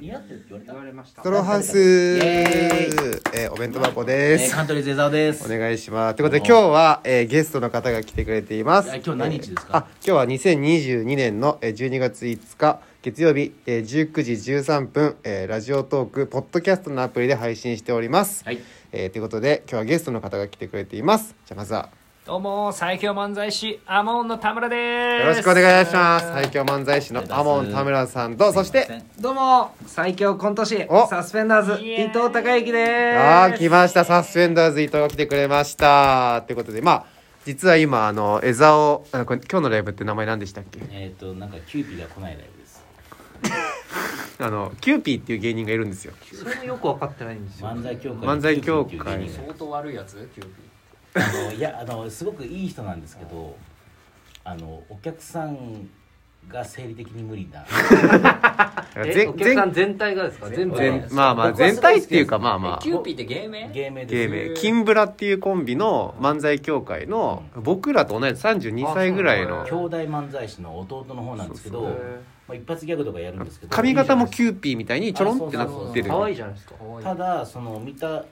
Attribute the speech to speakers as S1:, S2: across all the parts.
S1: 似合ってるって言われた
S2: 言われました
S3: トロハウス、えーお弁当箱で
S1: えー
S3: す
S1: カ。ントリーゼザーです
S3: お願いします。ということで今日は、えーゲストの方が来てくれています。
S1: え今日何日ですか
S3: えーあ今日は2022年のえー12月5日月曜日、えー19時13分、えーラジオトークポッドキャストのアプリで配信しております。
S1: はい
S3: えーということで今日はゲストの方が来てくれています。じゃあまずは
S2: どうも最強漫才師アモンの田村です
S3: よろしくお願いします。最強漫才師のアモン田村さんとそし
S1: すいま
S3: て
S1: せん
S4: どうも最強コント師
S3: お
S4: サスペンダーズ
S2: イエーイ
S4: 伊藤孝之です
S3: あー来ましたサスペンダーズ伊藤が来てくれました。ということでまあ実は今あの江沢あのこれ今日のライブって名前何でしたっけ？
S1: えっとなんかキューピーが来ないライブです
S3: あのキューピーっていう芸人がいるんですよ。
S4: それもよく分かってないんですよ
S1: 漫才協会
S3: 漫才協会
S1: キューピーっていう
S4: 相当悪いやつキューピ
S1: 芸人があのいやあのすごくいい人なんですけどあのお客さんが生理的に無理な
S4: ー
S3: 全
S4: お客さ
S3: 全
S4: ん全体がですか全部
S1: 全
S3: 全まあまあ全体っていうかまあま
S4: キ
S3: あ
S4: ューピーって芸名
S1: 芸名
S3: 芸
S1: です
S3: 名金ブラっていうコンビの漫才協会の僕らと同じ32歳ぐらい
S4: あ
S3: の
S1: 兄弟漫才師の弟の方なんですけど
S3: そうそう
S1: まあ、一発ギャグとかやるんですけど
S3: 髪型もキューピーみたいにちょろんってな
S1: そう
S3: っ
S1: そう
S3: て
S1: そ
S3: る
S4: 可愛いじゃないですか
S1: ただその見たなんて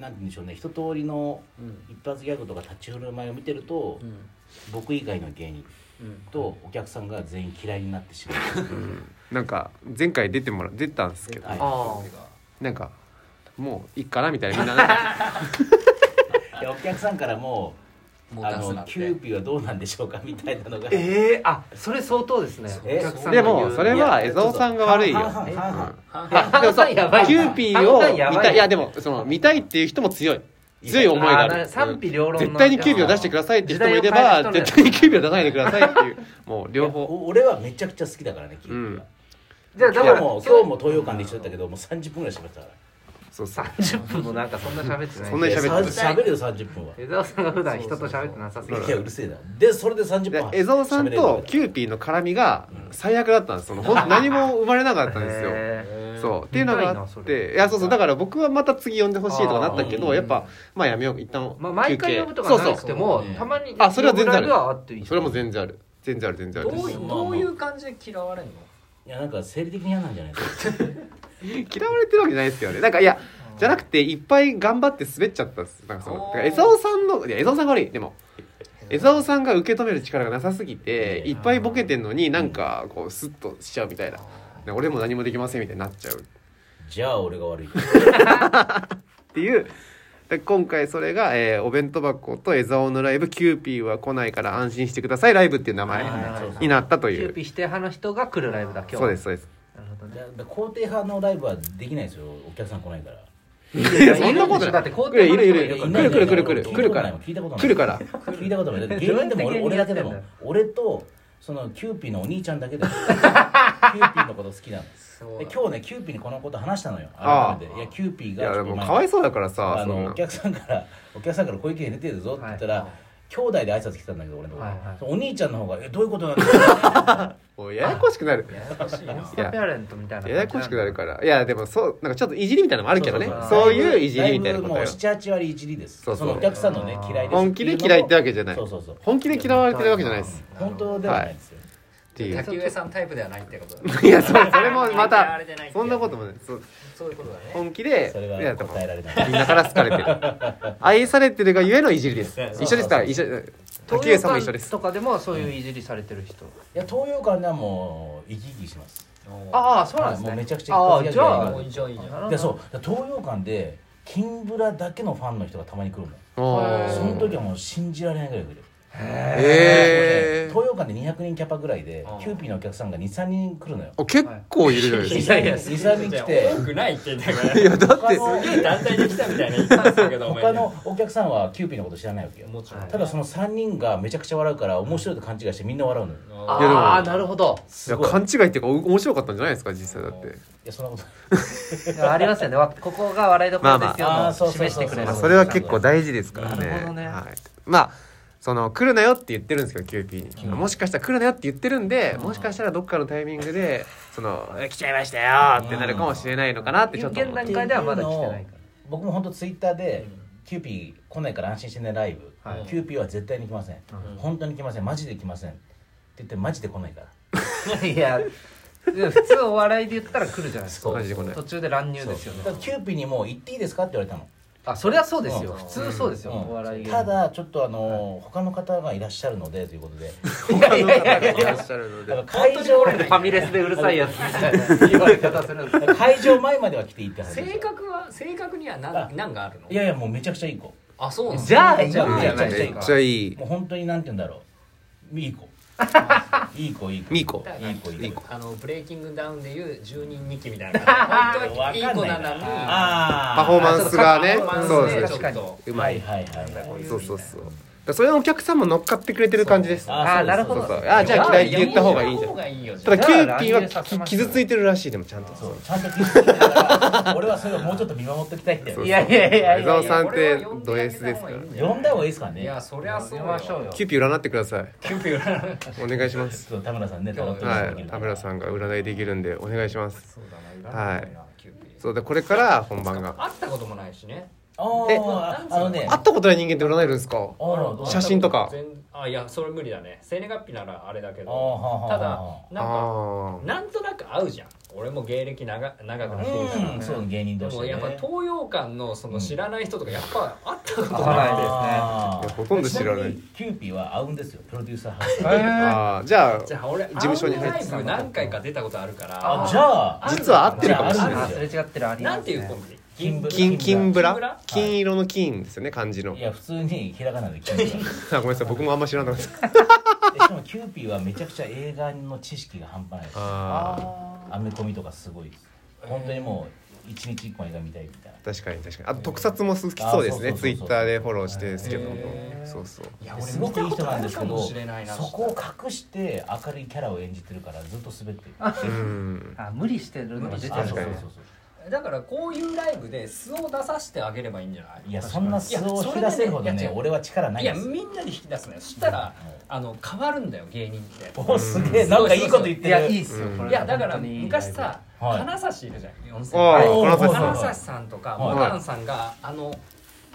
S1: 言うんでしょうね一通りの一発ギャグとか立ち振る舞いを見てると、僕以外の芸人とお客さんが全員嫌いになってしまう、
S3: なんか前回出てもら出たんですけど
S1: はい
S4: あ
S3: なんかもういいかなみたいなみんななんか
S1: いやお客さんからも「あのキューピーはどうなんでしょうか?」みたいなのが
S4: あええあそれ相当ですね
S1: え
S4: お客さん
S3: で
S4: が言う
S3: もそれは江沢さんが悪いよ
S1: 半々半々
S3: あでもそう
S4: やばいな
S3: キューピー
S4: 半
S3: を
S4: 々やば
S3: 見
S4: いな
S3: たいやでもその見たいっていう人も強い強い思いがあ
S4: あー
S3: る
S4: な賛否両論の
S3: 絶対にキューピーを出してくださいって人もいれ
S4: 時代を
S3: ば
S4: 変える人ね
S3: 絶対にキューピーを出さないでくださいっていうもう両方
S1: お俺はめちゃくちゃ好きだからねキューピーは、
S4: じゃあだか
S1: 今
S4: ら
S1: 日も今日も東洋館で一緒だったけどもう30分ぐらいしましたから
S3: そうそう
S4: 30分もなんかそんな喋ってない
S3: そんなに喋ってない
S1: しゃべるよ30分は
S4: 江沢さんが普段人と喋ってなさすぎ
S1: いや
S4: て
S1: うるせえなでそれで30
S3: で
S1: 分
S3: 江蔵さんとキ
S1: ュ
S3: ューピーの絡みが最悪だったんですそのほん何も生まれなかったんですよ、
S4: へー
S3: そうっていうのがあ
S4: 見たいな
S3: っ
S4: そ
S3: て
S4: れ
S3: いやそうそうだから僕はまた次呼んでほしいとかなったけ
S1: あ
S3: ど
S1: ー
S3: やっぱまあやめよう一旦
S4: まあ毎回呼ぶとか
S3: そう
S4: な
S3: そ
S4: くて
S3: う
S4: も
S1: そうそう
S4: たまに
S3: あそれは全然ある
S4: 呼ぶライブはあっていい
S3: それも全然ある全然ある全然ある
S5: どういどういう感じで嫌われるの
S1: いやなんか生理的に嫌なんじゃないですか
S3: 嫌われてるわけじゃないですよねなんかいやじゃなくていっぱい頑張って滑っちゃったんですなんかそのだから江蔵さんのいや江蔵さんが悪いでも江蔵さんが受け止める力がなさすぎていっぱいボケてんのになんかこうスッとしちゃうみたいなで俺も何もできませんみたいになっちゃう
S1: じゃあ俺が悪い
S3: っていうで今回それが、えーお弁当箱と江沢のライブ「キューピーは来ないから安心してください」ライブっていう名前
S1: はい
S3: になったと
S4: キ
S3: い
S4: ュー
S3: う
S4: ピー否定派の人が来るライブだ今日
S3: そうですそうです
S4: なるほどね
S1: だだ肯定派のライブはできないですよお客さん来ないから
S3: いやそんなことない
S4: だって肯
S3: いる
S4: 定
S3: い
S4: 派
S3: るい
S4: の人い
S3: る
S4: る
S3: 来る来る来る来る来るから
S1: 聞いたことない
S3: 来るから
S1: 聞いたことない だって芸人でも俺俺だけでも俺とそのキューピーのお兄ちゃんだけ でキューピーのこと好きなんですで今日ねキューピーにこのこと話したのよ
S3: ああ
S1: 改めていやキューピー
S3: い
S1: が
S3: や
S1: ち
S3: で
S1: ょっと
S3: も
S1: 前
S3: かわいそうだからさ
S1: あ
S3: そん
S1: の
S3: な
S1: お客さんからお客さんから小意見出てるぞって言ったら、
S4: はい
S1: 兄弟で挨拶来てたんだけど俺のとこ
S4: はいはい
S1: そのお兄ちゃんの方が「えどういうことなんですか?
S3: もうややこしくなる
S4: ややこしいなモンスターペアレントみたいな感じ
S3: や
S4: んだ
S3: やこしくなるからいやでもそうなんかちょっといじりみたいなのもあるけどね
S1: そうそうそう
S3: そういういじりみたいなこと
S1: だ
S3: よ
S1: ぶもう78割いじりです
S3: そ
S1: そう
S3: そう
S1: のお客さんのね嫌いです
S3: 本気で嫌いってわけじゃない
S1: そうそうそう
S3: 本気で嫌われてるわけじゃないです
S1: 本当ではないですよ、
S3: っていう
S5: 滝上さんタイプではないってことだ
S3: いやそうそれもま
S5: 嫌わ
S3: た
S5: れてないって
S3: そんなこともないそう
S5: そういうことだね
S3: 本気で
S1: それ
S3: いや
S1: は
S3: でも
S1: 答えられない
S3: みんなから好かれて る愛されてるがゆえのいじりです
S1: そうそうそう
S3: 一緒ですから一緒
S4: 東
S3: 竹
S4: 洋
S3: 内さんも一緒で
S4: 館
S3: す
S4: とかでもそういういじりされてる人
S1: いや東洋館ではもう生き生きします
S4: ああそうなんです
S1: はいもうめ
S4: ね
S1: ちゃくちゃ
S4: あ
S1: 一
S4: あ
S1: 発
S4: じ
S1: ギャ
S4: ゃ
S1: グ
S4: あ
S1: や
S5: いいじゃんいいじゃん
S1: でそう東洋館で金ブラだけのファンの人がたまに来るの
S3: おー
S1: その時はもう信じられないぐらい来る
S3: えー
S1: 東洋館で200人キャパぐらいでキューピーのお客さんが23人来るのよ
S3: お結構いるじゃないです
S1: 23人来て
S5: 多くないって言ったか
S3: かいやだっ
S1: 他
S3: て
S1: の
S5: ら団体で来たみたいな言ったんですけどお前
S1: 他のお客さんはキューピーのこと知らないわけよ
S5: もちろん
S1: ただその3人がめちゃくちゃ笑うから面白いと勘違いしてみんな笑うのよ
S3: いやでも
S4: ああなるほど
S3: い
S1: す
S3: や
S1: ごい
S3: 勘違いっていうかお面白かったんじゃないですか実際だって
S1: いやそんなことない
S4: いやありますよねわここが笑いどころですよ
S1: まあまあ
S4: の
S1: あーそうそうそう
S4: 示してくれ
S1: ま
S4: る
S1: あ
S3: それは結構大事ですからね
S4: なるほどね
S3: はい、まあその来るなよって言ってるんですけどキューピーに、もしかしたら来るなよって言ってるんで、もしかしたらどっかのタイミングでそのえ来ちゃいましたよーってなるかもしれないのかなってちょっと思
S4: 現
S3: って
S4: 段階ではまだ来てないか
S1: 僕も本当ツイッターで、キューピー来ないから安心してねライブ、
S4: はい
S1: キューピーは絶対に来ません、本当に来ませんマジで来ませんって言ってマジで来ないから
S4: ら いや普通お笑いで言ったら来るじゃないですか
S3: マジでこれ
S4: 途中で乱入ですよ
S1: だから
S4: ね
S1: キューピーにもう行っていいですかって言われたの
S4: あそりゃそうですよ
S1: うん
S4: 普通そうですよお笑い芸人
S1: ただちょっとあのー他の方がいらっしゃるのでということで
S4: いやいやいやいや
S3: いらっしゃるの
S1: あの
S3: で
S1: 会場
S4: ファミレスでうるさい やつみたいな言われ方するんです
S1: 会場前までは来ていいって話
S5: 性格は性格には
S1: あ
S5: 何何があるの
S1: いやいやもうめちゃくちゃいい子も
S5: あそうなの
S4: じゃあいいんじ
S1: じゃ
S4: ゃ
S1: あ
S4: ない
S3: め
S4: です
S3: っ
S4: か
S3: ちゃいいう
S1: 本当になんて言うんだろういい 子いい子いい子
S3: ミーコ
S1: いい子いい子
S5: あのブレイキングダウンでいう住人二期みたい な本当にいい子なのに
S1: あ
S3: パフォーマンスがね
S5: パフォーマンス
S3: そう
S5: で
S3: です
S5: ちょっと
S3: ね
S4: 確かに
S3: うま
S1: はい
S3: い
S1: はいはい
S3: そうそうそうだからそれのお客さんも乗っかってくれてる感じです
S1: あ
S3: た
S4: あーなるほ
S3: そ
S4: ど
S3: うそうあーじゃあ嫌いって言った方がいいんじゃん
S5: いいよじゃ
S3: だ
S4: じゃあ
S3: キューピー
S4: 乱入させ
S3: は
S4: ま
S3: き
S4: すよ
S3: 傷ついてるらしいでもちゃんと
S1: そうちゃんと聞いてるから俺はそれをもうちょっと見守っておきたいんだよ
S3: そう
S4: いやいやいやいや
S3: 江沢
S4: いや
S3: さんってド S ですから
S1: 呼んだ方がいいですか
S5: あ
S1: ね
S5: いやそりゃそう
S4: 出
S5: よ
S4: ましょうよ
S3: キューピー占ってください
S5: キューピー占い
S3: お願いします
S1: ちょっと田村さんねタロット
S3: は
S1: 占いでき
S3: い
S1: る
S3: 田村さんが占いできるんでお願いします
S5: そうだな占いなキューピー
S3: そうでこれから本番が
S5: 会ったこともないしね
S1: あ
S3: え
S1: ーあのね
S3: 会ったことない人間って占えるんですか
S1: あらどう
S3: 写真とか
S5: 全あいやそれ無理だね生年月日ならあれだけ
S1: あーはあはあ
S5: ど
S1: は
S5: た
S1: あ
S5: だなんか
S3: ああ
S5: なんとなく合うじゃん俺も芸歴長長くなってるから
S1: うんそう芸人
S5: で
S1: 同士
S5: も
S1: でね
S5: やっぱ東洋館のその知らない人とかやっぱ会ったこと
S4: 合わ
S5: ない
S4: ないですね
S1: あー
S3: ほとんど知らない
S1: ちみにキューピーは合うんですよプロデューサー派
S3: あーじゃあ
S5: じゃあ俺事
S3: 事務所に入って
S5: ライブ何回か出たことあるから
S1: あじゃあ
S3: 実は合ってるかもし
S1: じゃ
S3: れ
S1: あ
S3: な
S1: あ
S3: い
S1: る
S4: すれ違ってるありますね
S5: なんていうコンビ
S1: 金ブラ
S3: 金金ブラ
S1: 金ブラ
S3: 金色の金ですよね漢字の
S1: いや普通にひらがなでキューピー
S3: あごめんなさい僕もあんま知らなかった
S1: でしかもキューピーはめちゃくちゃ映画の知識が半端ないです
S3: あ
S1: アメコミとかすごいです本当にもう一日一本映画見たいみたいな
S3: ー確かに確かにあと特撮も好きそうで
S1: あーそうそうそ
S3: すね
S1: うそう
S3: ツイッターでフォローしてですけど
S5: へー
S3: そうそう
S5: いや俺
S1: すごくいい人なんですけ
S5: 見た
S1: ど
S5: こと
S1: そ
S5: あるかもしれないな
S1: こを隠して明るいキャラを演じてるからずっと滑ってる
S3: うん
S4: あ無理してるのが出てる
S1: あ
S4: ん
S1: そう
S4: で
S1: そう
S4: す
S1: そう
S4: ね
S1: そう
S5: だからこういうライブで素を出させてあげればいいんじゃない
S1: いやそんな素を
S5: いやそ
S1: 引き
S5: れでね
S1: 出せるほど
S5: いや
S1: ね
S5: 違う
S1: 俺は力ないいで
S5: や
S1: す
S5: みんなで引き出すのよそしたらあの変わるんだよ芸人って
S1: おすげえなんかいいこと言ってる
S4: いやいいっすよこれ
S5: いやだから
S4: 本当にいい
S5: 昔さ
S1: はい
S5: 金指いるじゃん温泉
S3: あ
S1: おーそ
S3: ーこの
S1: うそう
S5: 金
S3: 先
S5: 指さんとか
S1: はい
S5: モカンさんがあの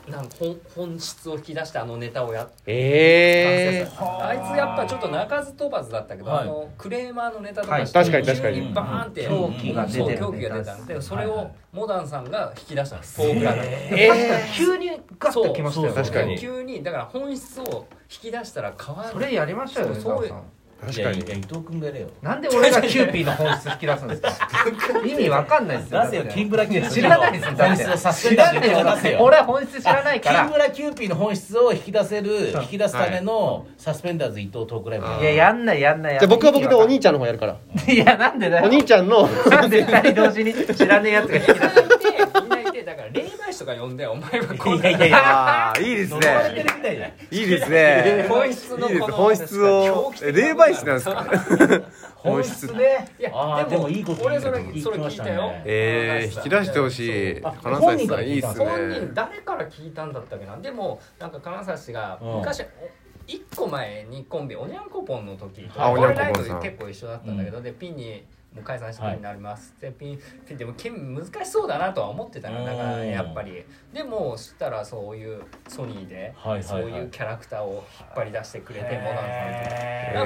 S5: なんか本本質を引き出してあのネタをやっ
S3: ええ
S5: あいつやっぱちょっと鳴かず飛ばずだったけど、
S1: はい
S5: あのクレーマーのネタとかして、
S3: はい確かに確かに
S5: 急バーンって
S1: 狂気が出てる
S5: そう狂気が出たんでそれ
S1: は
S5: を
S1: いはい
S5: モダンさんが引き出したんですフォークラで。
S3: ええ
S4: 急にガッときましたよ
S1: そうそう
S3: 確かに
S5: 急にだから本質を引き出したら変わる
S4: それやりましょうよ江
S5: そう
S4: 沢さん
S3: 確かに
S1: いやいや伊藤君がやれよ
S4: なんで俺がキューピーの本質引き出すんです か意味わかんないですよ
S1: 出せよ
S4: だって
S1: 金ブラキューピー
S4: 知らないですよだ
S1: 本
S4: っ
S1: 質
S4: て
S1: を察す
S4: 知
S1: る
S4: らないよ
S1: 出
S4: だっ
S1: せ
S4: て
S1: よ
S4: 俺は本質知らないか
S1: 金
S4: ら
S1: 村キューピーの本質を引き出せる
S4: そう
S1: 引き出すためのサスペンダーズ伊藤トークライブ
S3: あ
S4: いややんないやんない
S3: じ
S4: やんない
S3: ゃあ僕は僕でお兄
S4: ち
S3: ちゃんの方やるから
S4: ゃん いやなんでだよ
S3: お兄ちゃんの
S4: なんで二人同時に知らねえやつが引き出す
S5: みんないてだから霊媒師とか呼んでお前はこう
S1: い やいやいや
S3: ああ いいです
S1: 呪われてるみたいじゃん
S3: いいですね
S5: 本質の
S3: いいです
S5: この
S3: 本質をえ霊媒師なんですか
S1: 本質ね
S5: いや
S1: あーでもいいこと言う
S5: 俺
S1: ね
S5: それそれ
S1: きま
S5: 聞い
S1: した
S5: たよ
S1: ね
S3: ええ引き出してほしい
S1: あ
S3: 金
S1: 本
S3: 指
S1: 人
S3: さ
S1: から
S3: ん
S1: 聞
S3: いい
S1: い
S3: っ
S1: んです
S3: たす
S5: 本人
S3: ね
S5: 誰から聞いたんだったっけなでもなんか金指が
S1: うん
S5: 昔、一1個前にコンビおにゃんこぽんの時
S3: あおにゃんこぽんさん
S5: ライブで結構一緒だったんだけど、でピンにもう解散した時になります、でピンピンでもけん難しそうだなとは思ってたのだから、
S1: うん
S5: やっぱりでもそしたらそういうソニーで、
S1: はいはいはい
S5: そういうキャラクターを引っ張り出してくれて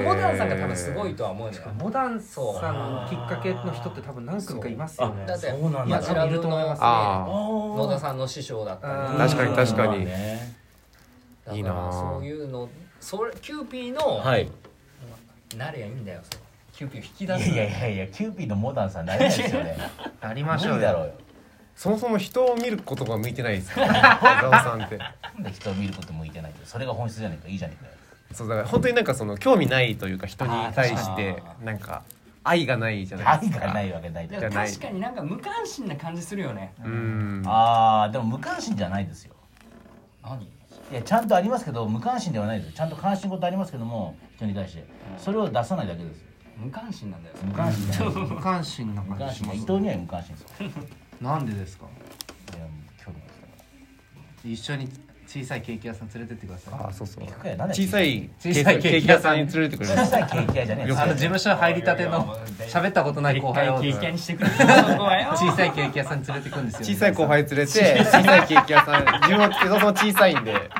S5: モダン
S1: へ
S5: さんとかだからモダンさんが多分すごいとは思うんだよ
S4: モダンさんのきっかけの人って多分何組かいますよね
S5: だって
S1: そうなんだ
S5: マジラブ
S4: いると思います
S1: ー
S4: ね
S5: の
S3: あ
S5: 野田さんの師匠だったり
S4: うん
S3: 確かに確かに
S1: まあね
S5: だから
S3: いいなぁ
S5: そういうのそれキューピーの、
S1: はい
S5: なりゃいいんだよそうキューピーを引き
S1: いや
S5: 出
S1: い
S5: す
S1: やいやいやキューピーのモダンさんなれないですよね
S4: やり
S1: 無
S4: ましょ
S1: 理
S4: う
S1: だろ
S4: よ
S1: うよ
S3: そもそも人を見ることが向いてないですからね江沢さんって
S1: なんで人を見ること向いてないけどそれが本質じゃねえかいいじゃねえかよ
S3: そうだから本当になんかその興味ないというか人に対して
S1: あ
S3: なんか愛がないじゃないで
S1: 愛
S3: すか
S1: がないわけない
S5: で
S1: だ
S5: も
S1: ろ
S3: じゃない
S5: 確かになんか無関心な感じするよね
S3: うん
S1: ああでも無関心じゃないですよ
S5: 何
S1: いやちゃんとありますけど無関心ではないですよちゃんと関心事ありますけども人に対してそれを出さないだけですよ
S5: 無関心なんだよ
S1: 無関心じゃないです
S4: 無関心な
S1: 無
S4: 感
S1: 関
S4: じし
S1: 心
S4: ま
S1: 伊
S4: す
S1: 藤には無関心ですよ
S4: なんでですか
S1: いやもう興味ないですから
S4: 一緒に小さいケーキ屋さん連れてってください
S3: あそうそう
S1: 行くかよなんだよ
S3: 小さい
S4: 小さいケーキ屋さん
S3: ケーキに連れてくれ
S1: 小
S3: る
S1: さいケーキ屋じゃねえ
S4: あの事務所入りたて
S5: いやいや
S4: の
S5: もう
S4: 喋ったことない後輩を
S5: でっかい経験
S4: 小
S5: してくれるそこはよ
S4: さいケーキ屋さんに連れてくんですよ
S3: 小さい後輩連れて小さいケーキ屋さん自分はそもそも小さいんで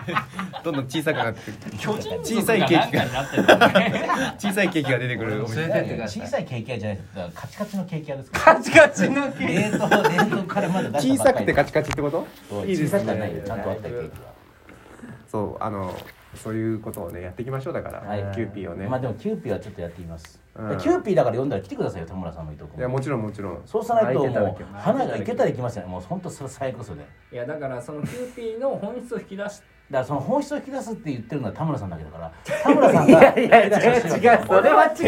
S3: どんどん小さくなって
S5: 巨人
S3: 小
S5: 小
S3: さ
S5: さ
S3: い
S5: い
S3: ケ
S5: ケ
S3: ー
S5: ー
S3: キ
S5: キ
S3: が
S5: が何回になってるんだね
S3: 小さいケーキが出てく
S6: 連
S3: るお店
S6: れてってくださ
S1: 小
S6: い
S1: さいケーキ屋じゃないですだからカチカチのケーキ屋ですから
S5: カチカチのケー
S1: 冷凍冷凍からまだ出し
S3: 小
S1: たばっ
S3: さ
S1: か
S3: く
S1: り
S3: てカチカチってこと
S1: そう
S3: いいです
S1: 小さくはないよ
S3: ね
S1: ちゃんとあったよケーキは
S3: そうあのそういうことをねやっていきましょうだから、
S1: はい
S3: キューピーをね、
S1: まあでもキューピーはちょっとやってみます、
S3: うん
S1: キューピーだから読んだら来てくださいよ田村さんのいとこも
S3: いやもちろんもちろん
S1: そうさないと
S3: 泣いてただ
S1: も
S3: け
S1: う花がいけたらいきますよねもう本当それ最高ですよね
S5: キいやだからそのキューピーの本質を引き出
S1: だ
S5: し
S1: からその本質を引き出すって言ってるのは田村さんだけだから 田村さんがいやいや違う違う
S4: それは違いますって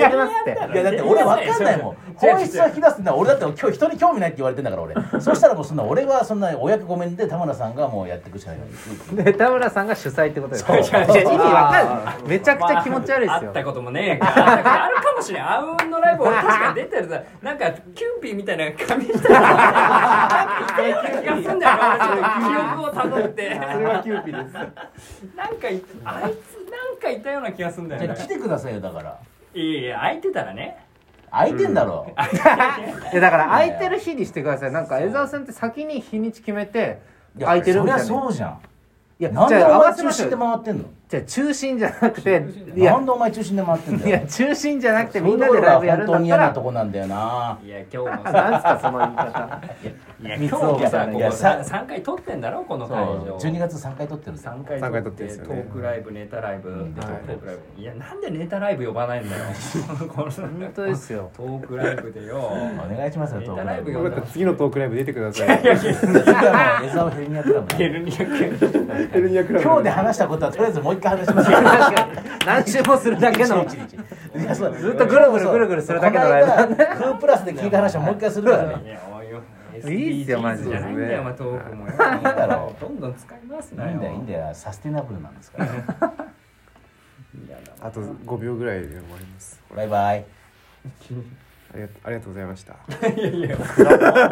S1: いやだって俺わかんないもん本質を引き出すってのは俺だって今日人に興味ないって言われてんだから俺そしたらもうそんな俺はそんなお役ごめんで田村さんがもうやっていくしかない
S4: で田村さんが主催ってことですか意味
S5: う違う
S4: わかんないめちゃくちゃ気持ち悪い
S5: あ
S4: です
S5: っ
S4: よ
S5: たこともねえからあるかもしれんあうんのライブ俺確かに出てるさなんかキューピーみたいな髪したらなんかいた気がすんだよな記憶をたどって
S3: それはキューピーです
S5: なんかいあいつなんかいたような気がすんだ
S1: じ
S5: よ
S1: ゃあ
S5: な
S1: 来てくださいよだから
S5: いやいや空いてたらね
S1: 空いてんだろ、
S4: いやだから空いてる日にしてくださいなんか江澤さんって先に日にち決めて空いてるみたいな
S1: そりゃそうじゃん
S4: いや
S1: なん
S4: じ
S1: で
S4: ゃあ
S1: お
S4: 合
S1: 前
S4: わせ
S1: 中
S4: まし
S1: 心で
S4: ょうよ
S1: 回ってんの
S4: じゃあ中心じゃなくてい
S1: なん
S4: や
S1: でお前中心で回ってん
S4: い
S1: だ
S4: や
S1: よ
S4: 中心じゃなくてみんなでライブやるんだ
S1: そういうところが
S4: っ
S1: 本当に
S4: た
S1: 嫌な
S4: ら
S1: とこなんだよない
S5: や今日もさ
S4: なんすかその言い方
S5: いや
S4: 三
S5: 今
S4: つ
S5: 日
S4: 折り
S5: も
S4: じゃ
S5: さ
S4: ない
S5: ここさ3回撮ってんだろこの
S1: そ
S5: 会
S1: う
S5: 場
S1: 12月3回撮ってるんだよ
S5: 3回
S3: 三回撮
S5: 撮
S3: っ
S5: ってて
S3: ですよね
S5: トークライブネタライブ、
S1: うん
S5: トークライブいやなんでネタライブ呼ばないんだよこの
S4: 本当です よ
S5: トークライブでよ
S1: お願いしますよ
S5: ネ
S1: トー
S5: タ
S1: ク
S5: ラ
S1: ライ
S5: イブ
S1: ブ
S5: よ
S3: よかった次のトークライブ出てください
S1: 今の江沢ヘルニアクラブだ
S5: ヘ ルニア君
S3: ヘルニアクラブ
S1: 今日で話したことはとりあえずもう一回話しましょう
S4: 何周もするだけの
S1: いやそう
S4: ずっとぐるぐるぐるぐるするだけの
S1: こ
S4: ライブ
S1: 間クープラスで聞いた話をもう一回する からね
S5: いやおいよ
S4: いいっすよマジで
S5: じゃないんだよ、まあ、トークもよ
S1: だろ
S5: どんどん使います
S1: い
S5: ないよ
S1: んだよいいんだよサステナブルなんですから
S5: いやだ
S3: あと5秒ぐらいで終わります
S1: バイバイ
S3: ありがとありがとうございました
S5: いやいや